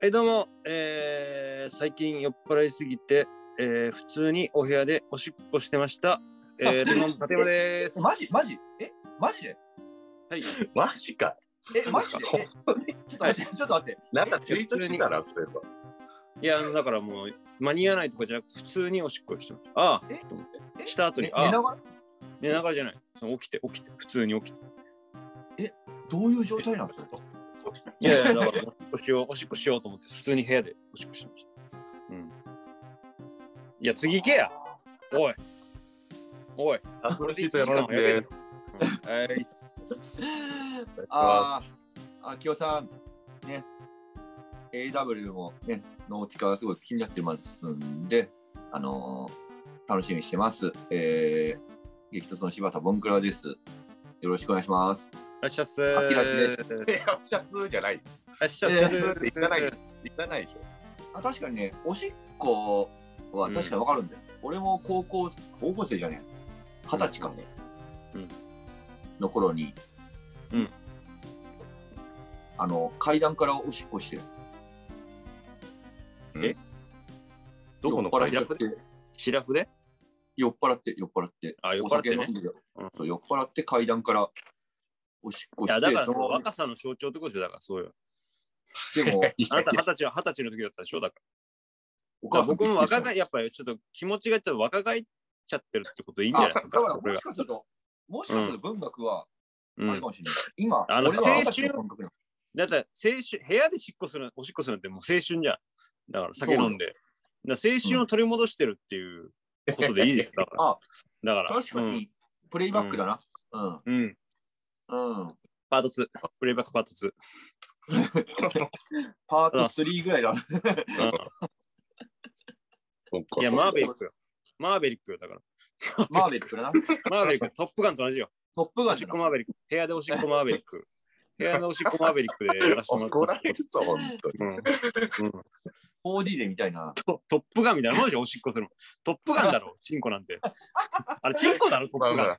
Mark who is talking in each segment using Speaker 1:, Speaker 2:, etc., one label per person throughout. Speaker 1: えどうも、えー最近酔っ払いすぎて、えー普通にお部屋でおしっこしてました。えー、レモン立山です。
Speaker 2: マジマジえマジで
Speaker 1: はい。
Speaker 3: マジか。
Speaker 2: えマジでえちょっと待って、ちょっと待って。
Speaker 3: なんかツイートしてたら、そういえば。
Speaker 1: いや、あのだからもう、間に合わないとかじゃなくて、普通におしっこしてました。あ
Speaker 2: え
Speaker 1: あと思って。
Speaker 2: え
Speaker 1: した後
Speaker 2: 寝
Speaker 1: に、
Speaker 2: 寝
Speaker 1: あ
Speaker 2: な
Speaker 1: あ、
Speaker 2: がら
Speaker 1: 寝ながらじゃない。その起きて、起きて、普通に起きて。
Speaker 2: どういう状態なんです か
Speaker 1: いやいや、だ から、おしっこしよう、おしっこしようと思って、普通に部屋でおしっこしてました。うん。いや、次行けやおいおい
Speaker 3: あ、
Speaker 1: こ
Speaker 3: こ
Speaker 1: れ
Speaker 3: れ
Speaker 1: で1
Speaker 3: で一
Speaker 1: 時
Speaker 3: 時
Speaker 1: 間
Speaker 3: 間
Speaker 1: は
Speaker 3: は
Speaker 1: や
Speaker 3: や
Speaker 1: める
Speaker 3: める。
Speaker 1: はい。
Speaker 2: あーあ、きよさん、ね、AW もね、ノーティカがすごい気になってますんで、あのー楽しみにしてます。えー、激突の柴田ボンクラです。よろしくお願いします。
Speaker 1: いらっしゃっす
Speaker 2: あきらし
Speaker 1: ー。
Speaker 3: いや、シャツじゃない。
Speaker 1: あっしゃっ
Speaker 2: いや
Speaker 1: す
Speaker 3: 行かない。行かないでしょ。
Speaker 2: あ確かにね、おしっこは確かにわかるんだよ。俺も高校、高校生じゃねえ。二十歳かね。
Speaker 1: うん
Speaker 2: の頃に、
Speaker 1: うん
Speaker 2: あの、階段からおしっこしてる。
Speaker 1: え
Speaker 3: どこ
Speaker 2: 酔
Speaker 3: の
Speaker 2: っ払
Speaker 3: 階
Speaker 2: っちゃ
Speaker 3: 段
Speaker 2: って、
Speaker 1: シラフで
Speaker 2: 酔っ払って、酔っ払って。
Speaker 1: あ酔っ払ってね
Speaker 2: お酒飲ん
Speaker 1: う
Speaker 2: で
Speaker 1: ん
Speaker 2: そう酔っ払って階段からおしっこ
Speaker 1: いや
Speaker 2: して、
Speaker 1: だから
Speaker 2: そ
Speaker 1: そ
Speaker 2: の
Speaker 1: の若さの象徴ってことでしょだからそうよ。
Speaker 2: で も、
Speaker 1: あなた二十歳は二十歳の時だったでしょだか
Speaker 2: お
Speaker 1: ら。
Speaker 2: 母さんび
Speaker 1: 僕
Speaker 2: っくり
Speaker 1: も
Speaker 2: した
Speaker 1: 若返やっぱりちょっと気持ちがちょっと若返っちゃってるってことでいいんじゃ
Speaker 2: あ
Speaker 1: ない
Speaker 2: だ
Speaker 1: の
Speaker 2: か、
Speaker 1: からこれ
Speaker 2: も
Speaker 1: が
Speaker 2: し。かすると、もしかすると文学は、
Speaker 1: う
Speaker 2: あれ
Speaker 1: ん
Speaker 2: か、もしれない。今、
Speaker 1: あの
Speaker 2: 俺は
Speaker 1: 青春
Speaker 2: 感覚なの
Speaker 1: だって青春部屋でしっこするおしっこするなんてもう青春じゃん。だから酒飲んで。だから青春を取り戻してるっていうことでいいです。だから。
Speaker 2: あ、
Speaker 1: だから
Speaker 2: 確かに、プレイバックだな。うん。
Speaker 1: うん。うん。
Speaker 2: うん。
Speaker 1: パート2。プレイバックパート2。
Speaker 2: パート3ぐらいだ。
Speaker 1: うん、いや、マーベリックよ。マーベリックよ。だから。
Speaker 2: マーベリックだな。
Speaker 1: マーベリック、トップガンと同じよ。
Speaker 2: トップ
Speaker 1: お
Speaker 2: ガン
Speaker 1: し
Speaker 2: だ
Speaker 1: っこ
Speaker 2: な。
Speaker 1: マーベリック。部屋でおしっこマーベリッ ク。部屋のおしっこマーベリックでやらせてもらって
Speaker 3: 怒
Speaker 1: ます
Speaker 3: られるぞ、本当に。
Speaker 1: うん、
Speaker 2: 4D でみたいな。
Speaker 1: トトップガンみたいなもんじゃんおしっこするの。トップガンだろ、チンコなん て。あれ、チンコだろ、トッ
Speaker 3: まあ
Speaker 1: プ
Speaker 3: ま
Speaker 1: ガンっ
Speaker 3: あ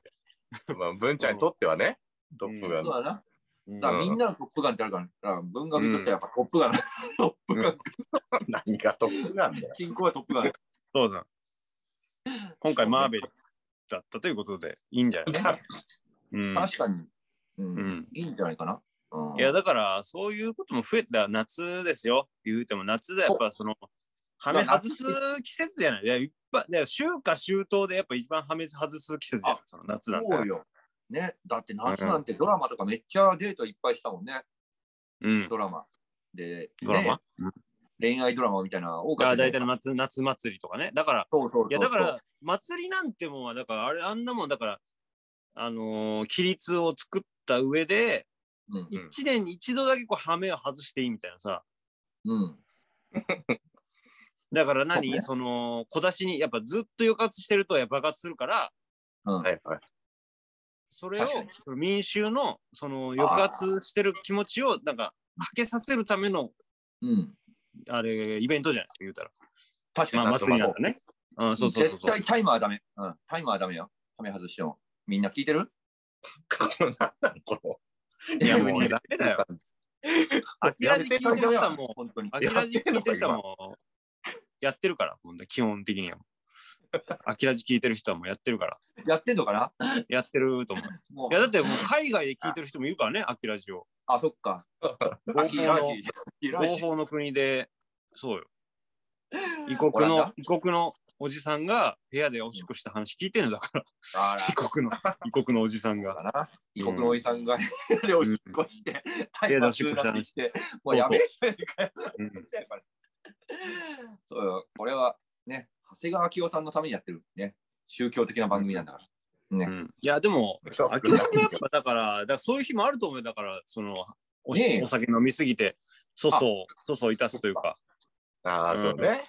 Speaker 1: て。、
Speaker 3: まあ、文ちゃんにとってはね、トップ
Speaker 2: そ
Speaker 3: が
Speaker 2: う。だ
Speaker 1: う
Speaker 2: な。
Speaker 1: ん
Speaker 2: だからみんなのトップガンってあるから、だから文学にとってはやっぱトップガ ンだ。トップガン。
Speaker 3: 何がトップなんだよ。
Speaker 2: 進行はトップガン。
Speaker 1: そうだ。今回、マーベリックだったということで、いいんじゃないうん。
Speaker 2: 確かに。う。
Speaker 1: うんん、
Speaker 2: いいんじゃないかな。うん
Speaker 1: いや、だから、そういうことも増えた夏ですよ。言うても、夏でやっぱその、はめ外す季節じゃない。いや、いっぱい、だから秋夏秋冬でやっぱ一番はめ外す季節じゃない。その夏なん
Speaker 2: そう
Speaker 1: て。
Speaker 2: よ。ね。だって夏なんてドラマとかめっちゃデートいっぱいしたもんね。
Speaker 1: うん。
Speaker 2: ドラマ。で、
Speaker 1: ドラマ、
Speaker 2: ね恋愛ドラマみたいなの多か
Speaker 1: が
Speaker 2: ったじゃん
Speaker 1: 大体の夏夏祭りとかね。だから、
Speaker 2: そうそうそうそう
Speaker 1: いやだから、祭りなんてもんは、だからあれ、あんなもん、だから、あのー規律を作った上で、
Speaker 2: うん
Speaker 1: 一年に一度だけこう、羽目を外していいみたいなさ。
Speaker 2: うん。
Speaker 1: だから何、
Speaker 2: そうね
Speaker 1: その、小出しに、やっぱずっと抑圧してると、やっぱ爆発するから、
Speaker 2: うん
Speaker 3: はいはい。
Speaker 1: それを
Speaker 2: 確かに、
Speaker 1: その民衆の、その、抑圧してる気持ちを、なんか、かけさせるための、
Speaker 2: うん。
Speaker 1: あれ、イベントじゃないですか、言うたら。
Speaker 2: 確かに、
Speaker 1: まあ、
Speaker 3: 夏
Speaker 1: 祭りなんだね。うん、そうそうそう
Speaker 2: 絶
Speaker 1: そう
Speaker 2: 対。タイマーはダメ。うん。タイマーはダメよ。はめ外しても。みんな聞いてる
Speaker 3: この何なのこの。
Speaker 1: いや、も
Speaker 3: 急
Speaker 1: う
Speaker 3: に
Speaker 1: ダメだよ。。
Speaker 2: あ
Speaker 1: 明らかに聞いてる人はもう
Speaker 2: 本当に。
Speaker 1: アキラジ聞いてる人はもうやってるから、ほんで基本的には。アキラジ聞いてる人はもうやってるから、
Speaker 2: やってんのかな
Speaker 1: やってると思 う。
Speaker 2: も
Speaker 1: いや、だってもう海外で聞いてる人もいるからね、アキラジを。
Speaker 2: あ、そっか。
Speaker 1: 合
Speaker 2: あ、
Speaker 1: 法
Speaker 2: キラ
Speaker 1: の
Speaker 2: ジ。キラ
Speaker 1: 合
Speaker 2: ジ。
Speaker 1: 法の国で、そうよ。異
Speaker 2: オラ
Speaker 1: 国
Speaker 2: ン
Speaker 1: の
Speaker 2: ダ、
Speaker 1: 異国のおじさんが部屋でおしっこした話聞いてるんだから、
Speaker 2: あ
Speaker 1: 異国の、異国のおじさん
Speaker 2: ら、
Speaker 1: が。
Speaker 2: だな。異国のおじさんが、 で、おしっこして、タイマー吸うなってして、もうやめてるから。
Speaker 1: うん
Speaker 2: そうよ。これは、ね、長谷川清さんのためにやってる。ね。宗教的な番組なんだから。
Speaker 1: うんいや、でも、アキラジもやっぱだから、だからそういう日もあると思うよ。だから、その、おし
Speaker 2: ねえ
Speaker 1: お酒飲みすぎて、粗相、粗相いたすというか。
Speaker 3: ああ、そうね。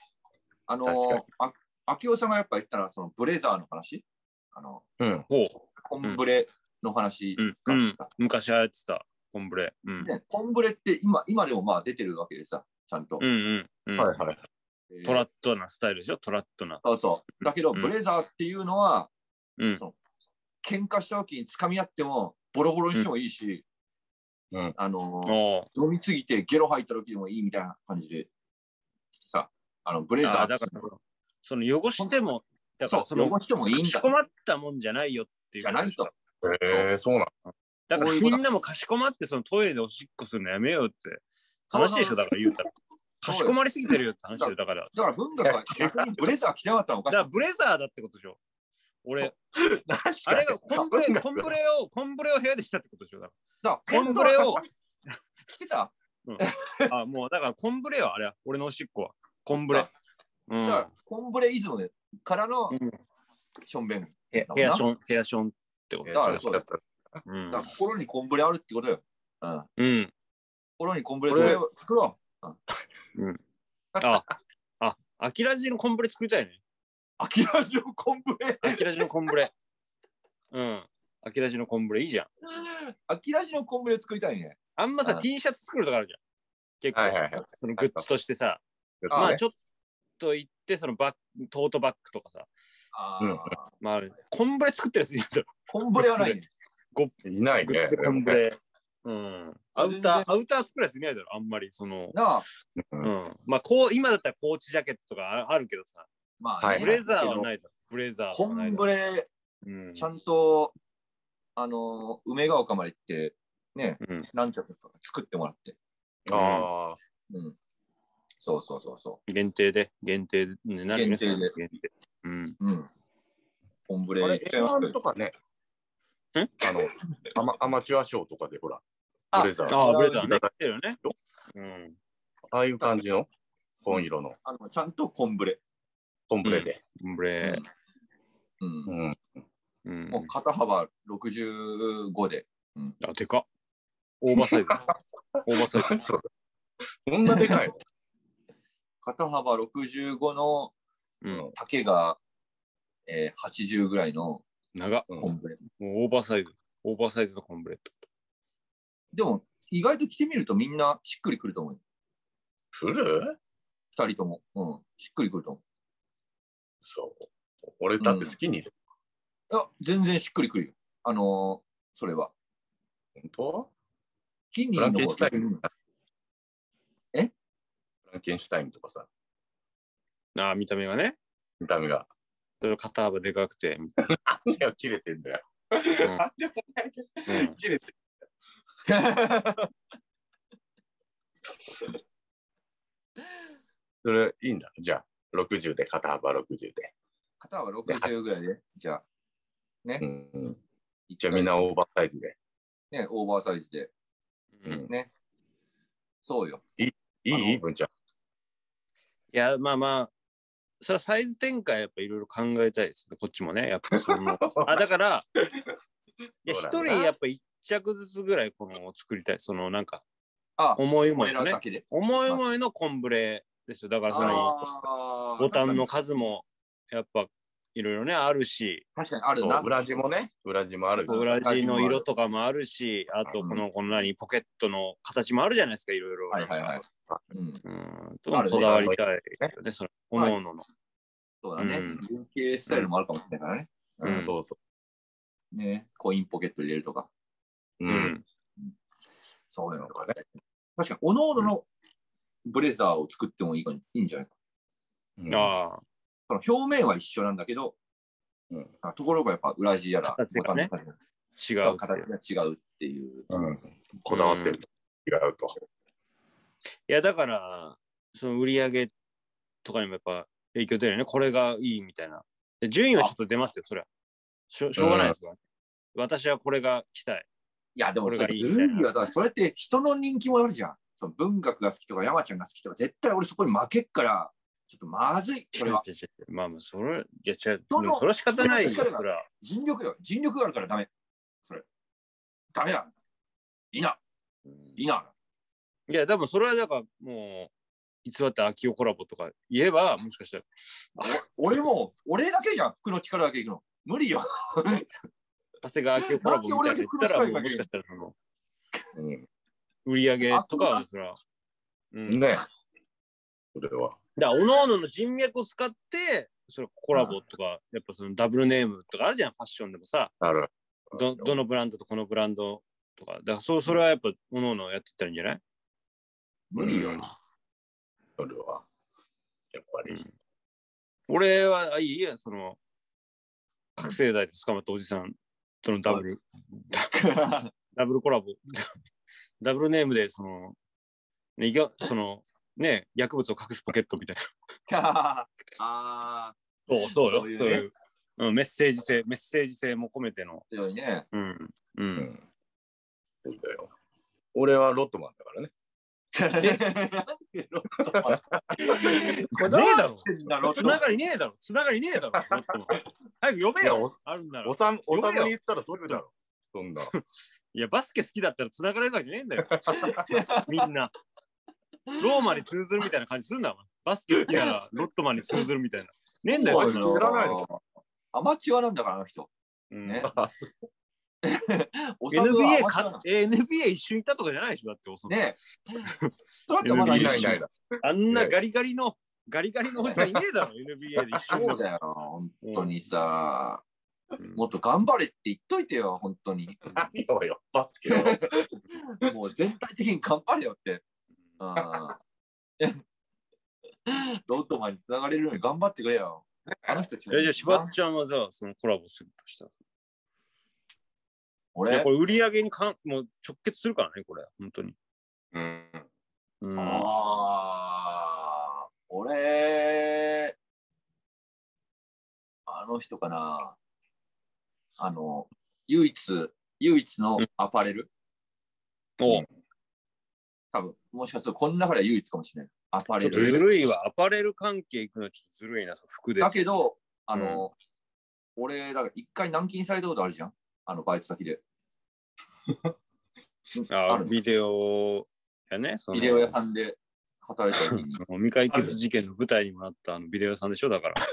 Speaker 2: あの
Speaker 3: 確かに
Speaker 2: ー、あ秋夫さんがやっぱ言ったのは、そのブレザーの話、あの、
Speaker 3: うん。
Speaker 1: ほう。
Speaker 2: コンブレの話
Speaker 1: う
Speaker 2: が
Speaker 1: ん
Speaker 2: あ
Speaker 1: うん
Speaker 2: った、
Speaker 1: 昔流行ってた、コンブレ。うん。
Speaker 2: ねコンブレって今、今でもまあ出てるわけでさ、ちゃんと。
Speaker 1: うんうんうん。
Speaker 3: はいはい。
Speaker 2: えー
Speaker 1: トラットなスタイルでしょ、トラットな。
Speaker 2: そうそう。だけど、
Speaker 1: うん
Speaker 2: ブレザーっていうのは、
Speaker 1: うん。
Speaker 2: 喧嘩した時に掴み合っても、ボロボロにしてもいいし、
Speaker 3: うん
Speaker 2: あのー
Speaker 1: おう
Speaker 2: 飲みすぎてゲロ吐いた時でもいいみたいな感じでさあのブレザー
Speaker 1: あーだからその汚しても、だからそ
Speaker 2: そう
Speaker 1: の、
Speaker 2: 汚してもいいん
Speaker 1: かし
Speaker 2: だ
Speaker 1: こまったもんじゃないよっていう。
Speaker 2: じゃないと。
Speaker 3: えー、そうなの
Speaker 1: だから
Speaker 2: こういう
Speaker 1: み
Speaker 2: こと
Speaker 1: んなもかしこまってそのトイレでおしっこするのやめようって。悲しいでしょ、だから言うたら。かしこまりすぎてるよって話だよ、だから。
Speaker 2: だから文学は逆にブレザー着てなかったのおか
Speaker 1: だか
Speaker 2: しい
Speaker 1: らブレザーだってことでしょ。俺、あ
Speaker 3: あ
Speaker 1: れがコンプ
Speaker 3: 文
Speaker 1: レ、
Speaker 3: 学
Speaker 1: コンプレを、コンプレを部屋でしたってことでしょ。だか
Speaker 2: だから
Speaker 1: らコンプレを、
Speaker 2: 着てた
Speaker 1: あ、もうだからコンプレよ、あれは。俺のおしっこは。コンプレ。う
Speaker 2: だ
Speaker 1: ん。
Speaker 2: からコンブレイズムからの
Speaker 1: うん
Speaker 2: ションベン
Speaker 1: ヘ
Speaker 2: だもんな
Speaker 1: ヘアション、ヘアション。
Speaker 3: えー
Speaker 2: だからそうだ
Speaker 1: うん
Speaker 2: だから心にコンブレあるってことよ、うん、
Speaker 1: うん。
Speaker 2: 心にコンブレ
Speaker 3: これ
Speaker 2: それを作ろう
Speaker 1: あ、あ、アキラジのコンプレ作りたいね。
Speaker 2: アキラジオコンブレ
Speaker 1: アキラジのコンブ レ。うん。アキラジのコンブレいいじゃん。
Speaker 2: アキラジのコンブレ作りたいね
Speaker 1: あんまさ、
Speaker 2: あ
Speaker 1: T シャツ作るとかあるじゃん。結構、
Speaker 3: はいはいはい。
Speaker 1: そのグッズとしてさ。
Speaker 2: あ
Speaker 1: まあ
Speaker 3: ね
Speaker 1: ちょっと行って、そのバッグトートバッグとかさ。
Speaker 2: あ
Speaker 3: うん
Speaker 2: ー
Speaker 1: まあある、コンブレ作ってるやついるんだろ。
Speaker 2: コンブレはないね
Speaker 3: いない
Speaker 1: グッ
Speaker 3: ね
Speaker 1: ズ。でコンブレ。うん。アウター、アウター作るやついないだろ、あんまり。その、
Speaker 2: なあ
Speaker 3: う
Speaker 1: うんん。まあ、こう、今だったらコーチジャケットとかああるけどさ。
Speaker 2: まあ、
Speaker 3: は
Speaker 2: ね
Speaker 3: い
Speaker 1: ブレザーはないだろ。ブレザー
Speaker 2: コ
Speaker 1: はない
Speaker 2: ン
Speaker 1: だろ。
Speaker 2: ブレ
Speaker 1: うん
Speaker 2: ちゃんと、あのー梅ヶ丘まで行ってね
Speaker 1: うん。
Speaker 2: 何着か作ってもらって、
Speaker 3: あ
Speaker 2: うん、そうそうそうそ
Speaker 1: 限定で、限定で、ね、なるよね
Speaker 2: 限定で
Speaker 1: それ限定うん。
Speaker 2: う、うん、コンブレ
Speaker 3: ーあ
Speaker 2: いっ
Speaker 3: れ、
Speaker 2: ちゃいます
Speaker 3: M1 とかね。
Speaker 1: ん
Speaker 3: あのアマ、アマチュアショーとかで、ほら、
Speaker 2: あ
Speaker 3: ブレザー。
Speaker 1: あ
Speaker 3: あ
Speaker 1: あ、ブレザーね。来てるよね。うん。
Speaker 3: あいう感じの紺色の
Speaker 2: あのちゃんとコンブレ、
Speaker 3: コンプレで。
Speaker 1: コンブレ。
Speaker 2: うん
Speaker 3: うん。
Speaker 1: うん
Speaker 2: もう。肩幅65で
Speaker 1: あ、でかっ。オーバーサイズ。オーバーサイズ。
Speaker 3: そうだこんなでかいの
Speaker 2: 肩幅65の
Speaker 1: うん。
Speaker 2: 丈が、えー、80ぐらいの
Speaker 1: 長っ。
Speaker 3: うん
Speaker 2: コンブレ、
Speaker 1: もうオーバーサイズ。オーバーサイズのコンブレット。
Speaker 2: でも意外と着てみるとみんなしっくりくると思う
Speaker 3: フル
Speaker 2: 2人とも、うん、しっくりくると思
Speaker 3: そう。俺だって好きに、
Speaker 2: ういや全然しっくりくるよあのーそれは
Speaker 3: 本当
Speaker 2: 筋肉の方がうん
Speaker 3: フランケンシュタインとかさ、
Speaker 1: ああ、見た目がね。
Speaker 3: 見た目が。
Speaker 1: それ肩幅でかくて。
Speaker 3: なんだよ、切れてんだよ。
Speaker 1: うん
Speaker 3: なんでもないです
Speaker 1: うん
Speaker 3: 切れてそれいいんだ。じゃあ、60で、肩幅60で。
Speaker 2: 肩は60ぐらいで、じゃあ、
Speaker 3: うん、じゃあ、みんなオーバーサイズで。
Speaker 2: ね、オーバーサイズで、
Speaker 1: うん
Speaker 3: うん
Speaker 1: い
Speaker 2: ね。そうよ。
Speaker 3: い
Speaker 2: あ
Speaker 3: い
Speaker 2: の
Speaker 3: 文ちゃん。
Speaker 1: や、まあまあ、それはサイズ展開やっぱいろいろ考えたいですね。こっちもね。やっぱその。あ、だから、いや、
Speaker 3: そう
Speaker 1: 一
Speaker 3: だな
Speaker 1: 人やっぱ一着ずつぐらいこの作りたい。そのなんか、
Speaker 2: あ、
Speaker 1: 思い思
Speaker 2: 俺
Speaker 1: い
Speaker 2: ら
Speaker 1: のね
Speaker 2: だ。けで。
Speaker 1: 思い思いのコンブレですよ。だからその、
Speaker 2: あー
Speaker 1: ボタンの数もやっぱいろいろねあるし
Speaker 2: 確かにある
Speaker 3: そう
Speaker 2: な。
Speaker 3: 裏地もね、裏地もあるし
Speaker 2: そう
Speaker 1: 裏地の色とかもあるしあとこのこの何ポケットの形もあるじゃないですかいろいろ。
Speaker 2: はいはいはい。うん、
Speaker 1: うんとかもこだわりたいよねそのおのおのの。
Speaker 2: そうだね
Speaker 1: うん。
Speaker 2: 文系スタイルもあるかもしれないからね。
Speaker 1: う
Speaker 3: うん
Speaker 1: ん
Speaker 3: そうそ
Speaker 2: ね、コインポケット入れるとか。
Speaker 3: う。
Speaker 1: う
Speaker 3: うんん。
Speaker 2: そういうの
Speaker 3: そ
Speaker 2: か。
Speaker 3: う
Speaker 2: 確かに、おのおののブレザーを作ってもいいかいいんじゃないか。
Speaker 1: ああ
Speaker 2: その表面は一緒なんだけど、
Speaker 3: うん
Speaker 2: あところがやっぱ裏地やら、
Speaker 1: 形がね
Speaker 2: ボタンの形
Speaker 1: 違う
Speaker 2: が
Speaker 1: っていう。
Speaker 2: 形が違うっていう。
Speaker 3: うんこだわってると。違うと。
Speaker 1: いやだからその売り上げとかにもやっぱ影響出るよねこれがいいみたいな。で順位はちょっと出ますよそれは。しょしょうがないですよ。私はこれが着たい。
Speaker 2: いや、でも
Speaker 1: これ
Speaker 2: そ
Speaker 1: が
Speaker 2: れ
Speaker 1: いい
Speaker 2: ずるいよ。だからそれって人の人気もあるじゃん。その文学が好きとか山ちゃんが好きとか、絶対俺そこに負けっから、ちょっとまずい。それは
Speaker 1: 違う違う違うまあまあ、それ、いや、違う、で
Speaker 2: どの
Speaker 1: もそれは仕方ないよ、そ
Speaker 2: ど
Speaker 1: れ
Speaker 2: の
Speaker 1: は。
Speaker 2: 尽力よ。尽力があるからダメ。それ。ダメだ。いいな。いいな。
Speaker 1: いや、多分それはだから、もう、偽って秋代コラボとか言えば、もしかしたら、
Speaker 2: お俺も、俺だけじゃん。服の力だけいくの。無理よ。
Speaker 1: 長谷川秋代コラボみたいなの言ったら、
Speaker 2: な
Speaker 1: も
Speaker 2: んで俺だけ黒い
Speaker 1: う
Speaker 2: わけ
Speaker 1: もしかしたら、その、
Speaker 3: う
Speaker 1: 売り上げとかは、それは。うん。
Speaker 3: ん。
Speaker 1: だか
Speaker 3: ね。それは。
Speaker 1: ら、おのおのの人脈を使って、それコラボとか、やっぱそのダブルネームとかあるじゃん、ファッションでもさ、
Speaker 3: ある。
Speaker 1: どどのブランドとこのブランドとか、だからそそれはやっぱ、おのおのやっていったらいいんじゃない
Speaker 2: 無理よ。
Speaker 1: うん
Speaker 3: それは。やっぱり。
Speaker 1: 俺は、あいいや、その、覚醒剤で捕まったおじさんとのダブル、ダブルコラボ、 ダブルネームで、その、ね、いがその、ね、薬物を隠すポケットみたいな。
Speaker 2: あ あ
Speaker 1: そうそうよ、
Speaker 2: そ
Speaker 1: そうう
Speaker 2: い
Speaker 1: いうう
Speaker 2: ね
Speaker 1: うん、メッセージ性、メッセージ性も込めての。
Speaker 2: ー、強いね。
Speaker 1: うん、う。
Speaker 3: うん ん。そうだよ。俺はロットマンだからね。
Speaker 2: なんでロットマンこだ
Speaker 1: ね
Speaker 2: わ
Speaker 1: えだろ
Speaker 2: ってんだロッ
Speaker 1: つ
Speaker 2: トマ
Speaker 1: な
Speaker 2: ン
Speaker 1: がりねえだろ、つながりねえだろ、もっと も早く読め
Speaker 3: いやお
Speaker 1: よ、あるんなら
Speaker 3: お。さむ、おさ
Speaker 1: 読め
Speaker 3: む
Speaker 1: よ
Speaker 3: に言ったらすぐだろ。そんな。
Speaker 1: いや、バスケ好きだったらつながれるわけねえんだ よ、みんな。ローマに通ずるみたいな感じすんな、お前バスケ好きな らロットマンに通ずるみたいな。ねえんだよ、
Speaker 2: そう
Speaker 1: そ
Speaker 2: で
Speaker 1: んな
Speaker 2: すよ
Speaker 3: 知らないの
Speaker 2: アマチュアなんだから、あの人。
Speaker 1: うん
Speaker 2: ねおさむ
Speaker 1: NBA
Speaker 2: はアマチュアな
Speaker 1: か
Speaker 2: の、
Speaker 1: NBA 一緒にいたとかじゃないでしょ、だって、おそらく
Speaker 2: ねえ。そうだったらまだ
Speaker 1: い
Speaker 3: い
Speaker 1: い
Speaker 3: な
Speaker 1: ないい
Speaker 3: い
Speaker 1: な
Speaker 3: ないいだ。
Speaker 1: あんなガリガリの、ガリガリのおじさんいねえだろ、NBA で一緒にいた
Speaker 2: そう
Speaker 1: とか。
Speaker 2: だよ、本当に
Speaker 1: う
Speaker 2: さ。
Speaker 1: ん
Speaker 2: もっと頑張れって言っといてよ、本当に。
Speaker 3: 何をよ、バスケを。
Speaker 2: もう全体的に頑張れよって。うんロットマンにつながれるように頑張ってくれよ。あの人たちも
Speaker 1: えじゃあ、しばっちゃんはじゃあ、そのコラボするとしたら。いや
Speaker 2: 俺
Speaker 1: これ売り上げにかんもう直結するからね、これ、本当に。
Speaker 3: うん。
Speaker 1: うん、
Speaker 2: ああ、俺、あの人かな。あの、唯一、唯一のアパレル、
Speaker 1: おう
Speaker 2: 多分もしかするとこの中では唯一かもしれない。アパ
Speaker 1: ちょ
Speaker 2: レ
Speaker 1: っとず
Speaker 2: ル。
Speaker 1: るいわ。アパレル関係行くのはちょっとずるいな、服で。
Speaker 2: だけど、あの、俺、だから一回軟禁されたことあるじゃん。あの、バイト先で。
Speaker 1: あ
Speaker 2: る
Speaker 1: ビデオやね。その
Speaker 2: ビデオ屋さんで働いた 時に。
Speaker 1: あの未解決事件の舞台にもなったあのビデオ屋さんでしょ、 だから。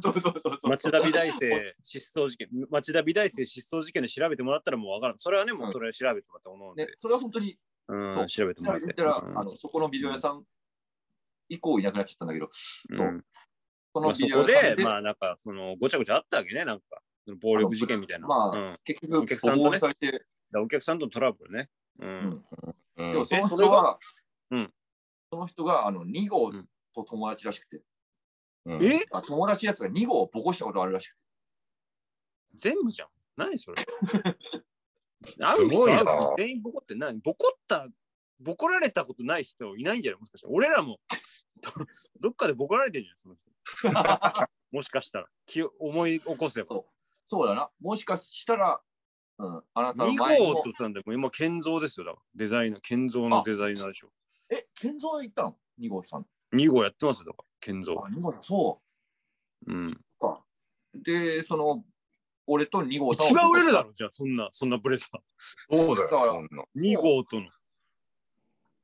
Speaker 2: そうそうそうそう。
Speaker 1: 町田美大生失踪事件、町田美大生失踪事件で調べてもらったらもうわからん。それはね、もうそれは調べてもらって思うん
Speaker 2: ね
Speaker 1: で、、
Speaker 2: それは本当に
Speaker 1: うん
Speaker 2: そう
Speaker 1: 調べてもら
Speaker 2: 調
Speaker 1: っ
Speaker 2: べて
Speaker 1: て
Speaker 2: み。たら、
Speaker 1: うん
Speaker 2: あのそこのビデオ屋さん以降いなくなっちゃったんだけど、
Speaker 1: うん
Speaker 2: そう
Speaker 1: ま
Speaker 2: その
Speaker 1: あそ
Speaker 2: ビデオ
Speaker 1: こ
Speaker 2: 屋さん
Speaker 1: で、まあなんか、そのごちゃごちゃあったわけね、なんか、その暴力事件みたいな。
Speaker 2: ま
Speaker 1: う
Speaker 2: あ
Speaker 1: ん、だか
Speaker 2: 結局、
Speaker 1: お客さんとね
Speaker 2: されて、
Speaker 1: らお客さんとのトラブルね。う
Speaker 2: うんん、
Speaker 3: う
Speaker 2: で
Speaker 3: ん
Speaker 2: もその人
Speaker 1: えそれ
Speaker 2: が
Speaker 1: は、うん
Speaker 2: その人があの2号
Speaker 1: うん
Speaker 2: と友達らしくて、
Speaker 3: うん
Speaker 1: え
Speaker 2: あ友達のやつが2号をボコしたことあるらしくて、
Speaker 1: 全部じゃん。何 それ。
Speaker 3: すごいな
Speaker 1: 会う人会う人全員ボコって何ボコった、ボコられたことない人いないんじゃないもしかしたら。俺らもどどっかでボコられてんじゃん、その人。 もしかしたら。気を思い起こせば。
Speaker 2: そうだな、もしかしたら、うん、あなたの
Speaker 1: 2
Speaker 2: 前に
Speaker 1: 号
Speaker 2: も
Speaker 1: とさんでも今、建造ですよ。だからデザイナー、建造のデザイナーでしょ。
Speaker 2: え、健三行ったの ?2 号さん。
Speaker 1: 2号やってますよ、だから、建
Speaker 2: あ
Speaker 1: 造。、
Speaker 2: 2号さん、そ
Speaker 1: うん。
Speaker 2: う。で、その、俺と2号さんを
Speaker 1: 一番売れるだろ、じゃあ、そんな、そんなブレザ
Speaker 3: そうだよ、
Speaker 2: だから
Speaker 3: そんな。
Speaker 1: ー。2号との。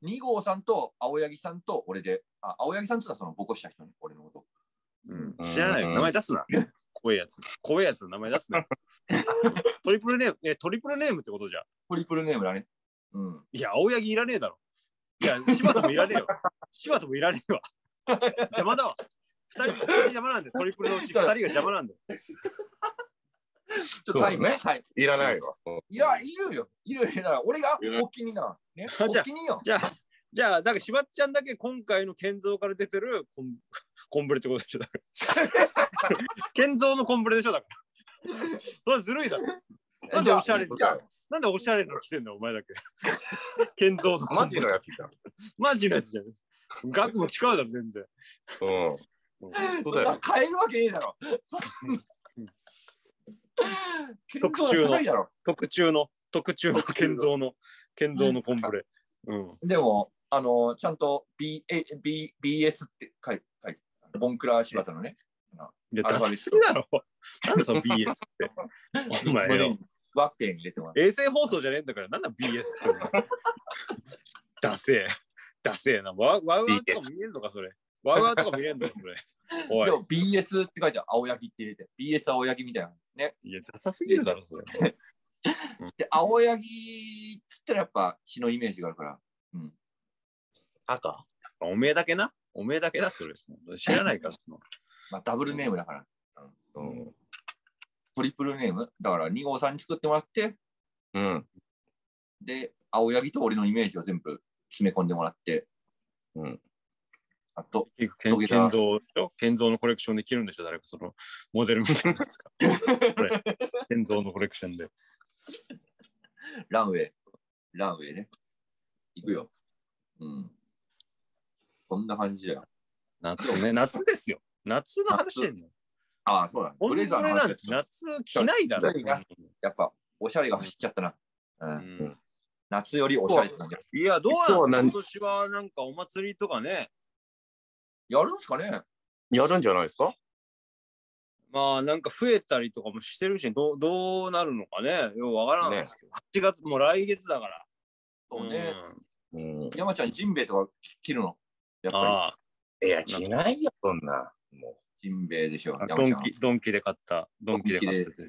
Speaker 2: 2号さんと青柳さんと俺で、あ青柳さんってのはそのボコした人に俺のこと。
Speaker 1: うん知らないよ。名前出すな。怖いやつ。怖いやつの名前出 すな。トリプルネーム、え、トリプルネームってことじゃ。
Speaker 2: トリプルネームだね。うん。
Speaker 1: いや、青柳いらねえだろ。いや、柴田もいらねえよ。柴田もいらねえわ。邪魔だわ。二人、二人邪魔なんだよ。トリプルのうち二人が邪魔なんだよ。
Speaker 2: ちょっとタイム
Speaker 3: そうだね
Speaker 2: はい。
Speaker 3: いらないわ。
Speaker 2: いや、いるよ。いるよ。だから俺がお気にな。ね、
Speaker 1: あ
Speaker 2: お
Speaker 1: じゃあ
Speaker 2: 気によ。
Speaker 1: じゃあ、じゃあ、なんか柴っちゃんだけ今回の建造から出てるコンコンブレって ことでしょ。だから 建造のコンブレでしょ、だから。それはずるいだろ。なんでおしゃれに
Speaker 2: じゃあ
Speaker 1: なんでおしゃれなの着てんだよ、お前だけ。建造のコ
Speaker 3: マ
Speaker 1: ンブ
Speaker 3: ジ
Speaker 1: レ
Speaker 3: の。やつじゃん。
Speaker 1: マジのやつじゃん。額も違うだろ、全然。
Speaker 3: うん。そうだ
Speaker 2: じゃあ
Speaker 3: よ。
Speaker 2: 変えるわけねえだろ。
Speaker 1: 特注の
Speaker 2: 健三は高いだろ
Speaker 1: 特注の、特注の建造の、建造のコンブレ。うん。
Speaker 2: でも、あの、ちゃんと B A B BS って書いて、書いてボンクラ柴田のね。
Speaker 1: いや、
Speaker 2: ア
Speaker 1: 出
Speaker 2: ルファ
Speaker 1: し
Speaker 2: ベッ
Speaker 1: すぎだろ。なんだその BS って。お前
Speaker 2: 胸
Speaker 1: よ
Speaker 2: に。ワッペン入れてもらう。
Speaker 1: 衛星放送じゃねえんだから、なんだ BS ってお前。ダセえ。ダセえな。ワワウワウとか見れるのか、それ。ワウワウとか見れるのか、それ。お
Speaker 2: で
Speaker 1: い。
Speaker 2: も BS って書いて青柳って入れて、BS 青柳みたいな。ね。
Speaker 1: いや、ダサすぎるだろ、それ。
Speaker 2: で、青柳っつったらやっぱ血のイメージがあるから。
Speaker 3: 赤
Speaker 1: おめえだけな。おめえだけだ、それ。知らないから、その。
Speaker 2: まあ、ダブルネームだから。
Speaker 3: うん。
Speaker 2: トリプルネーム。だから2号さんに作ってもらって、
Speaker 3: うん。
Speaker 2: で、青柳と俺のイメージを全部詰め込んでもらって、
Speaker 3: うん。
Speaker 2: あと、
Speaker 1: 結局
Speaker 2: 土
Speaker 1: け建
Speaker 2: 下座
Speaker 1: 造でしょ建造のコレクションで着るんでしょ誰かそのモデルみたいなやつ が。これ建造のコレクションで。
Speaker 2: ランウェイ、ランウェイね。行くよ。うん。こんな感じだよ。
Speaker 1: 夏ね、夏ですよ。夏の話やねん。
Speaker 2: ああ、そうだ。ブ
Speaker 1: ブ
Speaker 2: レ
Speaker 1: レ
Speaker 2: ザ
Speaker 1: ザ
Speaker 2: ー
Speaker 1: ー
Speaker 2: の話
Speaker 1: なん
Speaker 2: だ
Speaker 1: て夏着ないだろ。
Speaker 2: 着ないやっぱ、おしゃれが走っちゃったな。うん。
Speaker 1: うん
Speaker 2: 夏よりおしゃれって感じ。
Speaker 1: いや、どう
Speaker 3: 今日は
Speaker 1: なん今
Speaker 3: 何
Speaker 1: 年はなんかお祭りとかね、
Speaker 2: やるんすかね
Speaker 3: やるんじゃないですか
Speaker 1: まあなんか増えたりとかもしてるし、どうどうなるのかね、ようわからないですけど、8月もう来月だから。
Speaker 2: そうね。
Speaker 1: ん
Speaker 3: うん。
Speaker 2: 山ちゃん、ジンベエとか着るのやっぱ
Speaker 1: あ
Speaker 3: いや、着ないよ、そんな。も
Speaker 2: りジンベエでしょ。
Speaker 1: あ、
Speaker 2: 山
Speaker 1: ド
Speaker 2: ちゃ
Speaker 1: ン
Speaker 2: ん。
Speaker 1: キ、ドンキで買った、ドンキで買ったやつ。う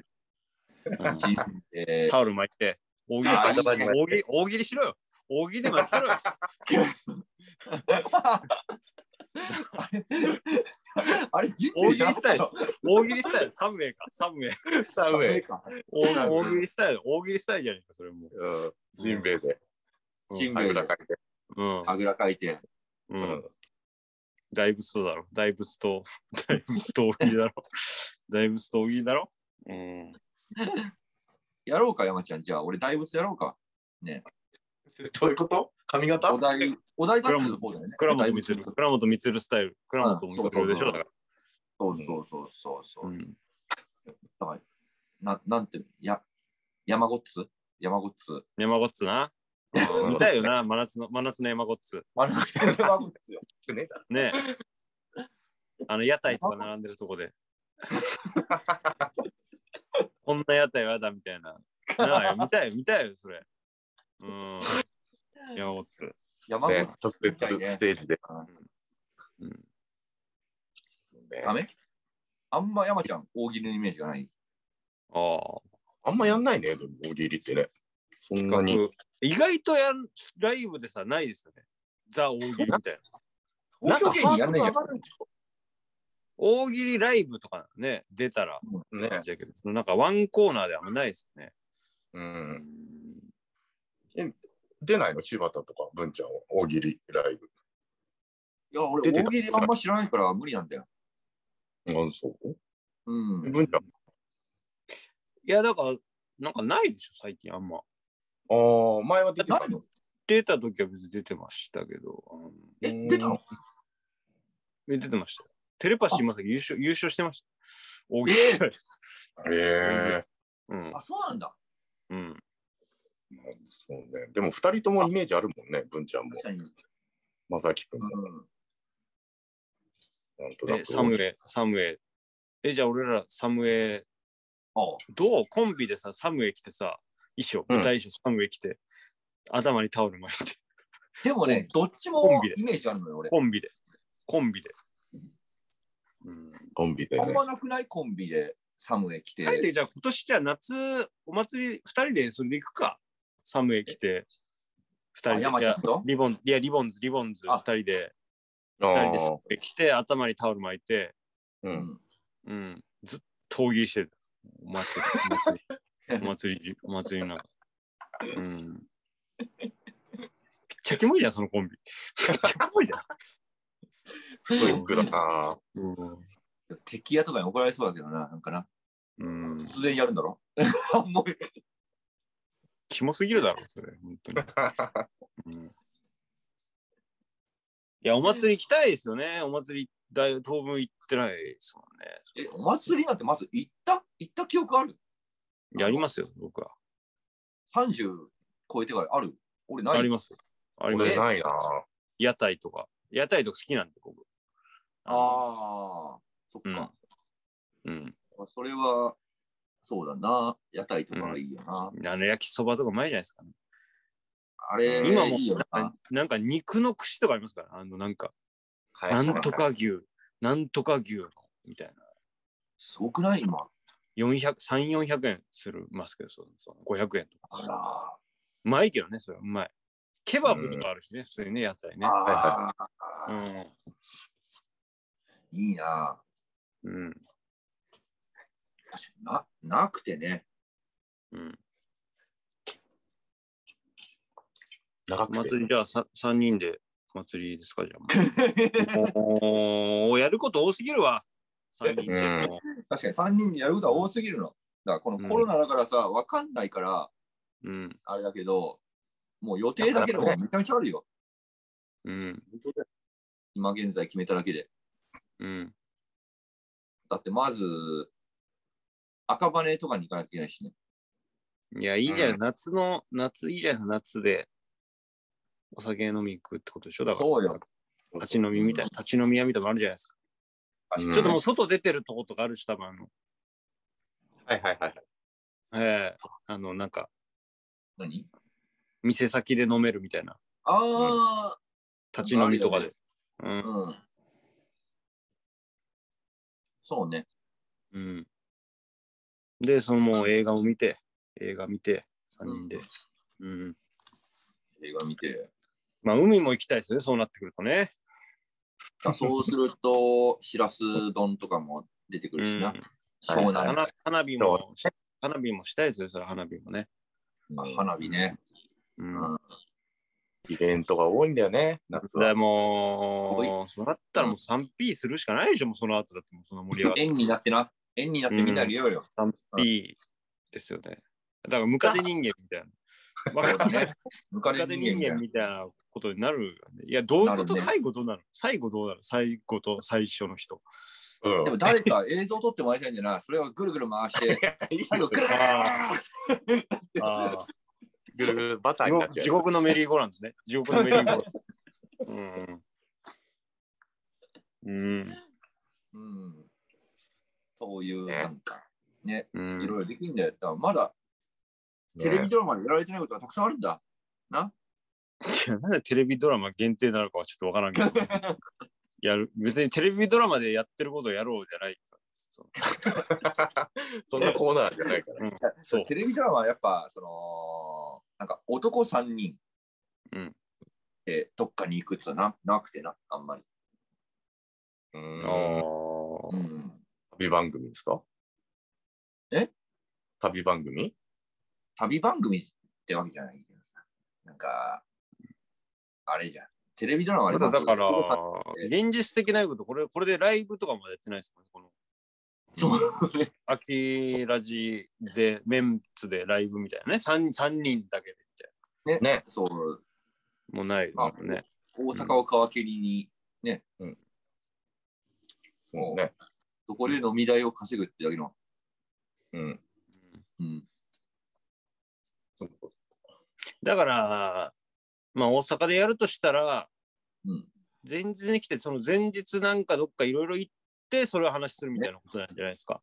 Speaker 1: ん
Speaker 2: ジンベエ。
Speaker 1: タオル巻いて、大喜利大
Speaker 2: あー
Speaker 1: 喜利大喜利大喜利しろよ。大喜利でもやってろよ。
Speaker 2: あれ、 あれジンベ
Speaker 1: 大
Speaker 2: エじ
Speaker 1: 喜
Speaker 2: ゃな
Speaker 1: 利
Speaker 2: か
Speaker 1: ス
Speaker 2: った
Speaker 1: タイル
Speaker 2: の。
Speaker 1: 大喜利スタイル。3名か、3名。
Speaker 3: う。サウェイ。
Speaker 2: か
Speaker 1: 大大喜利スタイル、大喜利スタイルじゃねえか、それもう。
Speaker 3: うん。ジンベエで。
Speaker 2: ジンベ
Speaker 3: あ
Speaker 2: エ
Speaker 3: ぐ
Speaker 2: で
Speaker 3: らかいて。
Speaker 1: うん。
Speaker 2: あぐらかいて。
Speaker 1: う
Speaker 3: うんん。。
Speaker 1: 大仏とだろ。大仏と、大仏と大喜利だろ。大仏と大喜利だろ。うん。
Speaker 2: やろうか、山ちゃん。じゃあ、俺、大仏やろうか。
Speaker 3: どういうこと髪型
Speaker 2: お 題、お題出す方だよね。
Speaker 1: 倉本
Speaker 2: 大仏
Speaker 1: 光倉本光スタイル。倉本光でしょ、だから。
Speaker 2: そうそうそうそうそう。
Speaker 1: うん
Speaker 2: ななんて、や、山ごっつ山ごっつ。
Speaker 1: 山ごっつな。見たいよな、真夏の、真夏の山ごっつ。
Speaker 2: あれ、山ごっつよ。
Speaker 3: ね
Speaker 1: ねえあの屋台とか並んでるとこで。こんな屋台はやだみたいな。なあよ、見たいよ、見たいよ、それ。うん。山本つ。
Speaker 2: 山ごっ
Speaker 3: ね
Speaker 2: つ。
Speaker 3: 直接ステージで。
Speaker 2: ダメあんま山ちゃん、大喜利のイメージがない。
Speaker 1: あ
Speaker 3: あんまやんないね、でも大喜利ってね。そんな
Speaker 1: あ
Speaker 3: に。。
Speaker 1: 意外とやんライブでさ、ないですよね。ザ・大喜利みたいな。
Speaker 2: 東京芸人やんないじゃん。
Speaker 1: 大喜利ライブとかね、出たら、
Speaker 3: ね
Speaker 1: 感じだけど、そのなんかワンコーナーではあんまないですよね。
Speaker 3: うん。出ないの柴田とか文ちゃんは大喜利ライ
Speaker 2: いや、俺、
Speaker 3: 出て
Speaker 2: 大
Speaker 3: た
Speaker 2: 喜利あんま知らないから無理なんだよ。
Speaker 3: ブ。あ、そう
Speaker 2: うん。
Speaker 3: 文ちゃん。
Speaker 1: いや、だから、なんかないでしょ、最近あんま。
Speaker 3: ああ、前は出てた
Speaker 2: ないの
Speaker 1: 出た時は別に出てましたけど。うん
Speaker 2: え、出たの
Speaker 1: え出てましたよ。テレパシーまさか優勝優勝してました。大喜利。
Speaker 3: へえ
Speaker 1: うん
Speaker 2: あ、。そうなんだ。
Speaker 1: うん。
Speaker 3: そうね。でも二人ともイメージあるもんね、文ちゃんも
Speaker 2: 確、かに。う
Speaker 3: まさきくんも。
Speaker 2: ん。
Speaker 3: なんとな
Speaker 1: え、
Speaker 3: く。
Speaker 1: サムエ、サムエ。え、じゃあ俺らサムエ、
Speaker 2: あ
Speaker 1: どうコンビでさ、サムエ着てさ、衣装、
Speaker 3: うん
Speaker 1: 舞台衣装、サムエ着て、頭にタオル巻 いて、
Speaker 2: でもね、どっちも
Speaker 1: コンビで
Speaker 2: イメージあるのよ、俺。
Speaker 1: コンビで、コンビで。うん。
Speaker 3: コンビで
Speaker 2: あん
Speaker 3: ね。
Speaker 2: まなくないコンビでサムへ来
Speaker 1: 二人
Speaker 2: て。
Speaker 1: で、じゃあ今年じゃあ夏、お祭り、二人でそれで行くか。サムエ着て、二
Speaker 2: あ、
Speaker 1: 人
Speaker 2: 山
Speaker 1: で。い
Speaker 2: ちゃ
Speaker 1: や
Speaker 2: んと
Speaker 1: リボン、いや、リボンズ、リボンズ、
Speaker 2: あ
Speaker 1: 二人で。
Speaker 3: あ
Speaker 1: 二人で
Speaker 3: ー
Speaker 1: 来て、頭にタオル巻いて、
Speaker 3: う。
Speaker 2: うんん。
Speaker 1: うん、ずっと大喜利してる。お祭り、お祭り、お祭りじ、お祭りの中。うん。めっちゃキモいじゃん、そのコンビ。めっちゃキモいじゃん。
Speaker 3: ストイックだな。
Speaker 2: 敵屋とかに怒られそうだけどな、なんかな。
Speaker 1: うん。うん。
Speaker 2: 突然やるんだろ もう
Speaker 1: キモすぎるだろ、それ。本当に。うん、いや、お祭り行きたいですよね。お祭り、だいぶ当分行ってないですもんね。
Speaker 2: え、お祭りなんてまず行った行った記憶ある
Speaker 1: やりますよ、僕は。
Speaker 2: ?30 超えてからある俺ない。
Speaker 1: ありますよ。あります
Speaker 3: 俺
Speaker 1: よ
Speaker 3: ないな。
Speaker 1: 屋台とか。屋台とか好きなんで、僕。あ
Speaker 2: ああ、そっ
Speaker 1: うん
Speaker 2: か。
Speaker 1: の。うん。
Speaker 2: それは、そうだな。屋台とかがいいよな。
Speaker 1: あの、焼きそばとかうまいじゃないですか、ね
Speaker 2: あれ、
Speaker 1: 今も
Speaker 2: いいよ
Speaker 1: なん
Speaker 2: な
Speaker 1: か。なんか肉の串とかありますから、あの、なんか、
Speaker 3: は
Speaker 1: なんと。か牛、なんとか牛の、みたいな。
Speaker 2: すごくない今。
Speaker 1: 400、3、400円するますけど、そうそう500円と
Speaker 2: あ
Speaker 1: か。
Speaker 2: ら
Speaker 1: うまいけどね、それはうまい。ケバブとかあるしね、普通にね、屋台ね。
Speaker 2: あ
Speaker 1: う
Speaker 2: ー、
Speaker 1: ん。
Speaker 2: いいな。
Speaker 1: うん。
Speaker 2: 確かにな、なくてね。
Speaker 1: うん。
Speaker 3: 長く
Speaker 1: 祭
Speaker 3: て
Speaker 1: り、。じゃあさ3人で祭りですか、じゃあ。もう、やること多すぎるわ。3人でも。
Speaker 2: 確かに3人でやることは多すぎるの。だからこのコロナだからさ、わかんないから、
Speaker 1: うん。
Speaker 2: あれだけど、もう予定だけでもめちゃめちゃあるよ。
Speaker 1: うん。
Speaker 3: 本当だよ
Speaker 2: 今現在決めただけで。
Speaker 1: うん。
Speaker 2: だってまず、赤羽とかに行かなきゃいけないしね。
Speaker 1: いや、いいじゃ
Speaker 3: うん
Speaker 1: ん。夏の、夏いいじゃん。夏で、お酒飲み行くってことでしょだから。
Speaker 2: そうよ。
Speaker 1: 立ち飲みみたいな、立ち飲み屋みたいなのあるじゃないですか。
Speaker 3: うん
Speaker 1: ちょっともう外出てるとことかあるし、多分あの、
Speaker 3: はいはいはいはい。
Speaker 1: ええあの、なんか、
Speaker 2: 何
Speaker 1: 店先で飲めるみたいな、
Speaker 2: あ
Speaker 1: 立ち飲みとか
Speaker 2: あ
Speaker 1: で。う
Speaker 2: あ、
Speaker 1: ん。
Speaker 2: うん。そうね。
Speaker 1: うん。で、そのもう映画を見て、映画見て、3人で。うん。
Speaker 2: 映画 見て。
Speaker 1: まあ、海も行きたいですね、そうなってくるとね。
Speaker 2: だそうすると、しらす丼とかも出てくるしな。
Speaker 1: うん
Speaker 2: 湘
Speaker 3: は
Speaker 2: 南
Speaker 3: い
Speaker 1: 花花火も、花火もしたいですよ、それは花火もね。
Speaker 2: あ花火ね。
Speaker 1: うん。
Speaker 3: イベントが多いんだよね、夏は。
Speaker 1: でもう、そうなったらもう 3P するしかないでしょ、もうその後だって、もうその盛り上がって。
Speaker 2: 円になってな。円になってみんなで言おうよ。
Speaker 1: 3P ですよね。だから、ムカデ人間みたいな。わ
Speaker 2: そう
Speaker 1: か
Speaker 2: だ
Speaker 1: んない
Speaker 2: ね。ムカ
Speaker 1: ムカ
Speaker 2: デ
Speaker 1: デ
Speaker 2: 人
Speaker 1: 人
Speaker 2: 間みたい
Speaker 1: 間
Speaker 2: な
Speaker 1: みたいなことになるよね。いや、どういうこと、
Speaker 2: なるね
Speaker 1: 最後どうなる最後どうなる最後と最初の人。
Speaker 3: うん
Speaker 2: でも誰か映像撮ってもらいたいんじゃないそれをぐるぐる回 して、最後ぐるー
Speaker 1: あああ
Speaker 3: ぐるぐるバター
Speaker 1: 地
Speaker 3: になっ
Speaker 1: 獄
Speaker 3: ちゃう。
Speaker 1: 地獄のメリーゴーランドね。地獄のメリーゴーランド。うん。
Speaker 2: うん。そういう、
Speaker 3: ね
Speaker 2: なんか、ね、
Speaker 1: う
Speaker 2: い
Speaker 1: ん。
Speaker 2: ろいろできるんだよ。だからまだ
Speaker 3: ね
Speaker 2: テレビドラマでやられてないことがたくさんあるんだ。
Speaker 1: い やなんでテレビドラマ限定なのかはちょっとわからんけ ど。やる別にテレビドラマでやってることをやろうじゃない。
Speaker 3: そんなコーナーじゃないから。
Speaker 1: そう
Speaker 2: テレビドラマはやっぱ、その、なんか男3人
Speaker 1: うん
Speaker 2: でどっかに行くってのはななくてな、あんまり。
Speaker 3: うん
Speaker 1: あ
Speaker 2: う
Speaker 1: あ。
Speaker 2: ん。
Speaker 3: 旅番組ですか
Speaker 2: え
Speaker 3: 旅番組
Speaker 2: 旅番組ってわけじゃないけどさ。なんか、あれじゃん。テレビドラマ
Speaker 1: ま
Speaker 2: は
Speaker 1: だだから
Speaker 2: そうか、
Speaker 1: 現実的なこと、これ、これでライブとかもやってないですもんね。この
Speaker 2: そう
Speaker 1: 秋ラジで、メンツでライブみたいなね。3, 三人だけでみたい
Speaker 2: ね
Speaker 3: ね
Speaker 2: そう、
Speaker 1: な。もうないですもんね。
Speaker 2: 大阪を皮切りに、
Speaker 3: そうね。
Speaker 2: どこで飲み代を稼ぐってだけの。
Speaker 3: うん。
Speaker 2: うん。
Speaker 1: だから、まあ大阪でやるとしたら、
Speaker 2: うん。
Speaker 1: 前日に来て、その前日なんかどっかいろいろ行って、それを話するみたいなことなんじゃないですか。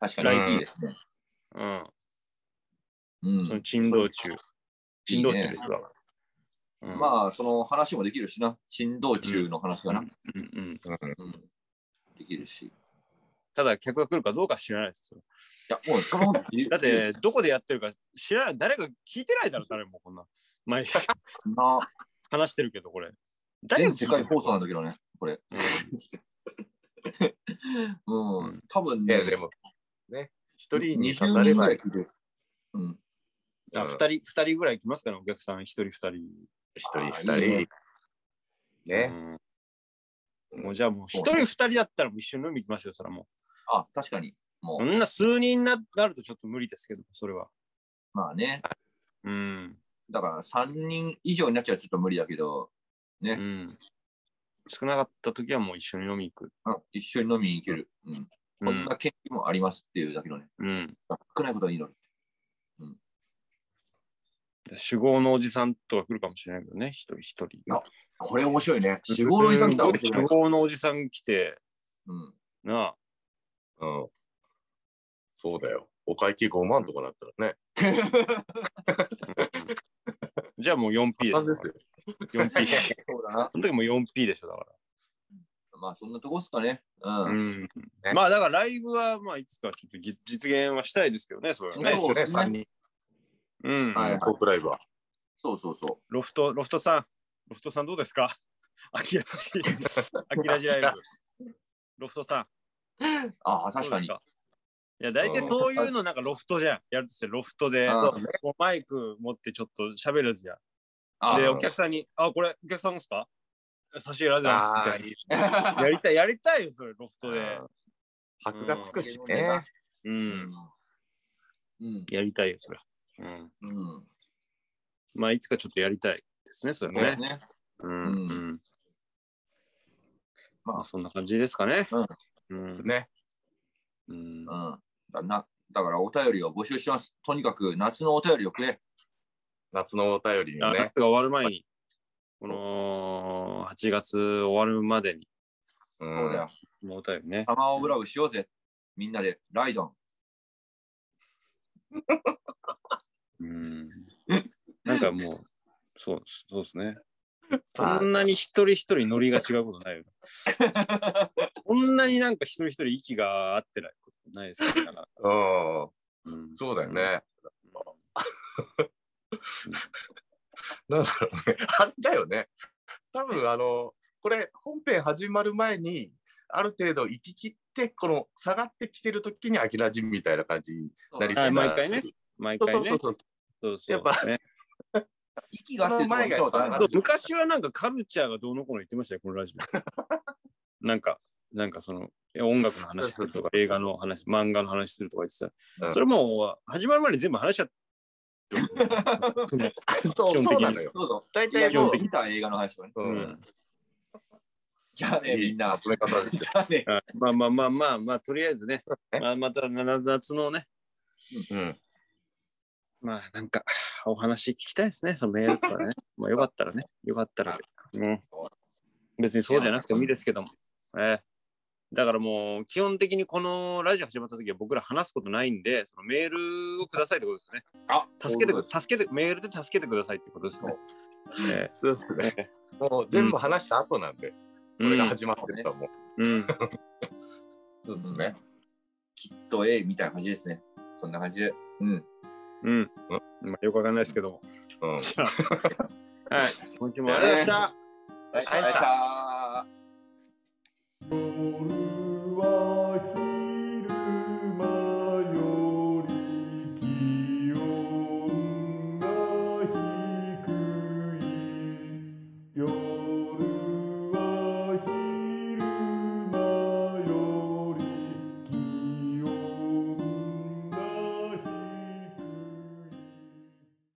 Speaker 2: 確か
Speaker 3: ライ
Speaker 2: に。
Speaker 3: ブ
Speaker 2: いいですね。
Speaker 1: うん。
Speaker 2: う
Speaker 1: その
Speaker 2: ん。
Speaker 1: 珍道中。珍道中
Speaker 2: いい
Speaker 1: で
Speaker 2: ね
Speaker 1: すから。うん、あ、
Speaker 2: まあ、その話もできるしな。振動中の話かな。
Speaker 1: うんうん、
Speaker 2: うん。できるし。い
Speaker 1: ただ客が来るかどうか知らないですよ。
Speaker 2: や、もう、その、
Speaker 1: だって、、どこでやってるか知らない、誰か聞いてないだろ、誰もこんな。毎 日
Speaker 2: な、
Speaker 1: 話してるけど、これ。誰が
Speaker 2: 全
Speaker 1: 聞いて
Speaker 2: 世
Speaker 1: る
Speaker 2: 界放送なんだけどね、これ。う。
Speaker 1: うん
Speaker 2: 多分
Speaker 3: い
Speaker 2: ね、
Speaker 3: や、でも、ね、一人に刺
Speaker 2: 20
Speaker 3: され
Speaker 2: 人ぐ
Speaker 3: ば
Speaker 2: ら
Speaker 3: い
Speaker 2: い。聞いてるうん。
Speaker 1: あ
Speaker 3: うん
Speaker 1: 二人、二人ぐらい来ますから、お客さん一人二人。
Speaker 3: 一人
Speaker 2: あ
Speaker 3: 二
Speaker 2: ーいい
Speaker 3: 人
Speaker 2: ね。
Speaker 3: ね。
Speaker 1: うんもうじゃあもう一人二人だったらもう一緒に飲み行きましょう、それはも
Speaker 2: あ、確かに。も
Speaker 1: う。こ
Speaker 2: う、
Speaker 1: んな数人ななるとちょっと無理ですけど、それは。
Speaker 2: まあね、
Speaker 1: うん。
Speaker 2: だから3人以上になっちゃうとちょっと無理だけど、
Speaker 1: う
Speaker 2: ね、
Speaker 1: ん。少なかった時はもう一緒に飲み行く。
Speaker 2: うん一緒に飲みに行ける。うん。
Speaker 1: う
Speaker 2: こ
Speaker 1: ん
Speaker 2: んな。権利もありますっていうだけのね、
Speaker 1: うん、
Speaker 2: 少ないことはいいのに。
Speaker 1: 酒豪のおじさんとか来るかもしれないけどね、一人一人。
Speaker 2: やこれ面白いね。死亡の遺産だ。面
Speaker 1: 酒
Speaker 2: 白い
Speaker 1: 豪のおじさん来て、
Speaker 2: うん。
Speaker 1: なあ。
Speaker 3: うん。そうだよ。お会計5万とかだったらね。
Speaker 1: じゃあもう 4P で
Speaker 3: なんで
Speaker 1: し
Speaker 3: すよ。
Speaker 1: ょ。4P。
Speaker 2: そうだな。
Speaker 1: その時も 4P でしょ、だか
Speaker 2: まあそんなとこっすかね。う。
Speaker 1: ら。うんん。まあだからライブは、まあいつかちょっとぎ実現はしたいですけどね、それはね。
Speaker 2: そうですね
Speaker 3: 3人。
Speaker 1: うん。
Speaker 2: はい
Speaker 3: トークライブは。
Speaker 2: そうそうそ
Speaker 1: ロフト、ロフトさん、ロフトさんどうですか アキラ ジ、アキラジライブ。ロフトさん、
Speaker 2: う。ああ、
Speaker 1: どうで
Speaker 2: 確
Speaker 1: す
Speaker 2: かに。
Speaker 1: いや、大体そういうのなんかロフトじゃん。やるとしてロフトで、
Speaker 2: あー
Speaker 1: こうマイク持ってちょっと喋るじゃん。
Speaker 2: あ
Speaker 1: で、
Speaker 2: ー
Speaker 1: お客さんに、あ、これ、お客さんですか差し入れありがとうございます。みたい
Speaker 2: あ
Speaker 1: に。やりたい、やりたいよ、それ、ロフトで。
Speaker 3: 箔がつくし
Speaker 2: うん
Speaker 3: ね。
Speaker 1: う
Speaker 2: うんん。。うん。
Speaker 1: やりたいよ、それ。うん。
Speaker 2: うん。
Speaker 1: まあ、いつかちょっとやりたいですね、それ
Speaker 2: そうで
Speaker 1: ね
Speaker 2: す。ね。
Speaker 1: うん
Speaker 2: う
Speaker 1: うん。
Speaker 2: まあ
Speaker 1: まあ、そんな感じですかね。うん。
Speaker 3: ね。
Speaker 1: うん
Speaker 2: う。ん。だな、だからお便りを募集します。とにかく夏のお便りをくれ。
Speaker 3: 夏のお便りに
Speaker 1: あ夏
Speaker 3: ね。
Speaker 1: が終わる前に、この8月終わるまでに、
Speaker 3: う
Speaker 2: そうだ
Speaker 3: ん
Speaker 2: よ。
Speaker 1: もうお便りね。
Speaker 2: サマーオブラブしようぜ。みんなで、ライドン。
Speaker 1: うん。なんかもう、そう、そうですね。こんなに一人一人ノリが違うことないよ。こんなになんか一人一人息が合ってないことないですよねだから。
Speaker 3: うん。
Speaker 1: うん
Speaker 3: そうだよね。なんだろうね。あれだよね。多分あの、これ、本編始まる前に、ある程度行き切って、この下がってきてる時に、アキラジンみたいな感じになりつつあ
Speaker 1: は
Speaker 3: る
Speaker 1: い毎回ね。毎
Speaker 3: そうそ
Speaker 1: 回
Speaker 3: う
Speaker 1: ね。
Speaker 3: そうそう。
Speaker 1: そうそう
Speaker 3: やっぱ
Speaker 1: ね
Speaker 2: 息が合ってるとこ見たことない
Speaker 1: そう昔はなんかカルチャーがどうのこうの言ってましたよ、このラジオ。なんか、なんかその、いや音楽の話するとか、映画の話、漫画の話するとか言ってた。
Speaker 3: うん
Speaker 1: それもう始まる前に全部話しちゃった。その
Speaker 3: そう
Speaker 1: 基本的に
Speaker 3: そうなのよ。
Speaker 2: どうぞ。
Speaker 3: 大
Speaker 2: いや、
Speaker 3: 体
Speaker 1: 基本
Speaker 3: も
Speaker 2: 今
Speaker 3: う
Speaker 2: 日、見た映画の話とかね。
Speaker 3: う
Speaker 1: うんん
Speaker 2: じゃあね、みんな。
Speaker 3: これ方ですよ
Speaker 2: じゃあね。
Speaker 1: はいまあまあまあまあ、まあ、とりあえずね、
Speaker 3: え
Speaker 1: まあ、また夏のね、
Speaker 3: うん。
Speaker 1: まあなんかお話聞きたいですね、そのメールとかね。まあよかったらね、よかったらで。うん、別にそうじゃなくてもいいですけども。ええだからもう基本的にこのラジオ始まった時は僕ら話すことないんで、そのメールをくださいってことですよね。
Speaker 2: あ、
Speaker 1: 助けて
Speaker 2: そう
Speaker 1: く
Speaker 2: です
Speaker 1: 助けてメールで助けてくださいってことですね。え
Speaker 3: そうですね。 もう全部話した後なんで、
Speaker 1: え
Speaker 3: それが始まってたもん。
Speaker 1: うんうん
Speaker 3: そうで
Speaker 2: う
Speaker 3: す
Speaker 2: ん
Speaker 3: ね。
Speaker 2: きっと A みたいな感じですね。そんな感じで。うん。
Speaker 1: うん。まあよくわかんないですけども。
Speaker 3: うん。
Speaker 1: じゃあはい。今週もありがとうございました。
Speaker 2: ありがとうございました。
Speaker 4: 「ボール